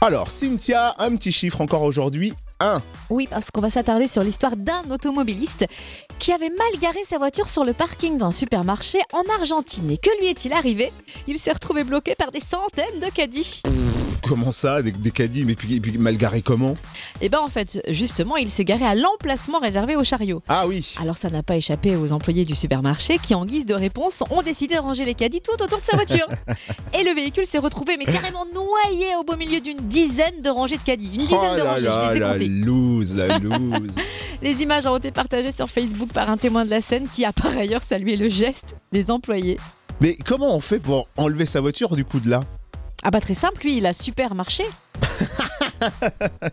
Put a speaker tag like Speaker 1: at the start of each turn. Speaker 1: Alors, Cynthia, un petit chiffre encore aujourd'hui 1.
Speaker 2: Oui, parce qu'on va s'attarder sur l'histoire d'un automobiliste qui avait mal garé sa voiture sur le parking d'un supermarché en Argentine. Et que lui est-il arrivé Il s'est retrouvé bloqué par des centaines de caddies.
Speaker 1: Comment ça Des, des caddies Mais puis, et puis mal garé comment
Speaker 2: Et ben en fait, justement, il s'est garé à l'emplacement réservé au chariot.
Speaker 1: Ah oui
Speaker 2: Alors ça n'a pas échappé aux employés du supermarché qui, en guise de réponse, ont décidé de ranger les caddies tout autour de sa voiture. Et le véhicule s'est retrouvé mais carrément noyé au beau milieu d'une dizaine de rangées de caddies. Une dizaine
Speaker 1: Oh
Speaker 2: de
Speaker 1: là
Speaker 2: rangées, je
Speaker 1: là,
Speaker 2: les ai
Speaker 1: la
Speaker 2: comptées.
Speaker 1: loose, la loose
Speaker 2: Les images ont été partagées sur Facebook par un témoin de la scène qui a par ailleurs salué le geste des employés.
Speaker 1: Mais comment on fait pour enlever sa voiture du coup de là
Speaker 2: Ah bah très simple, lui, il a super marché.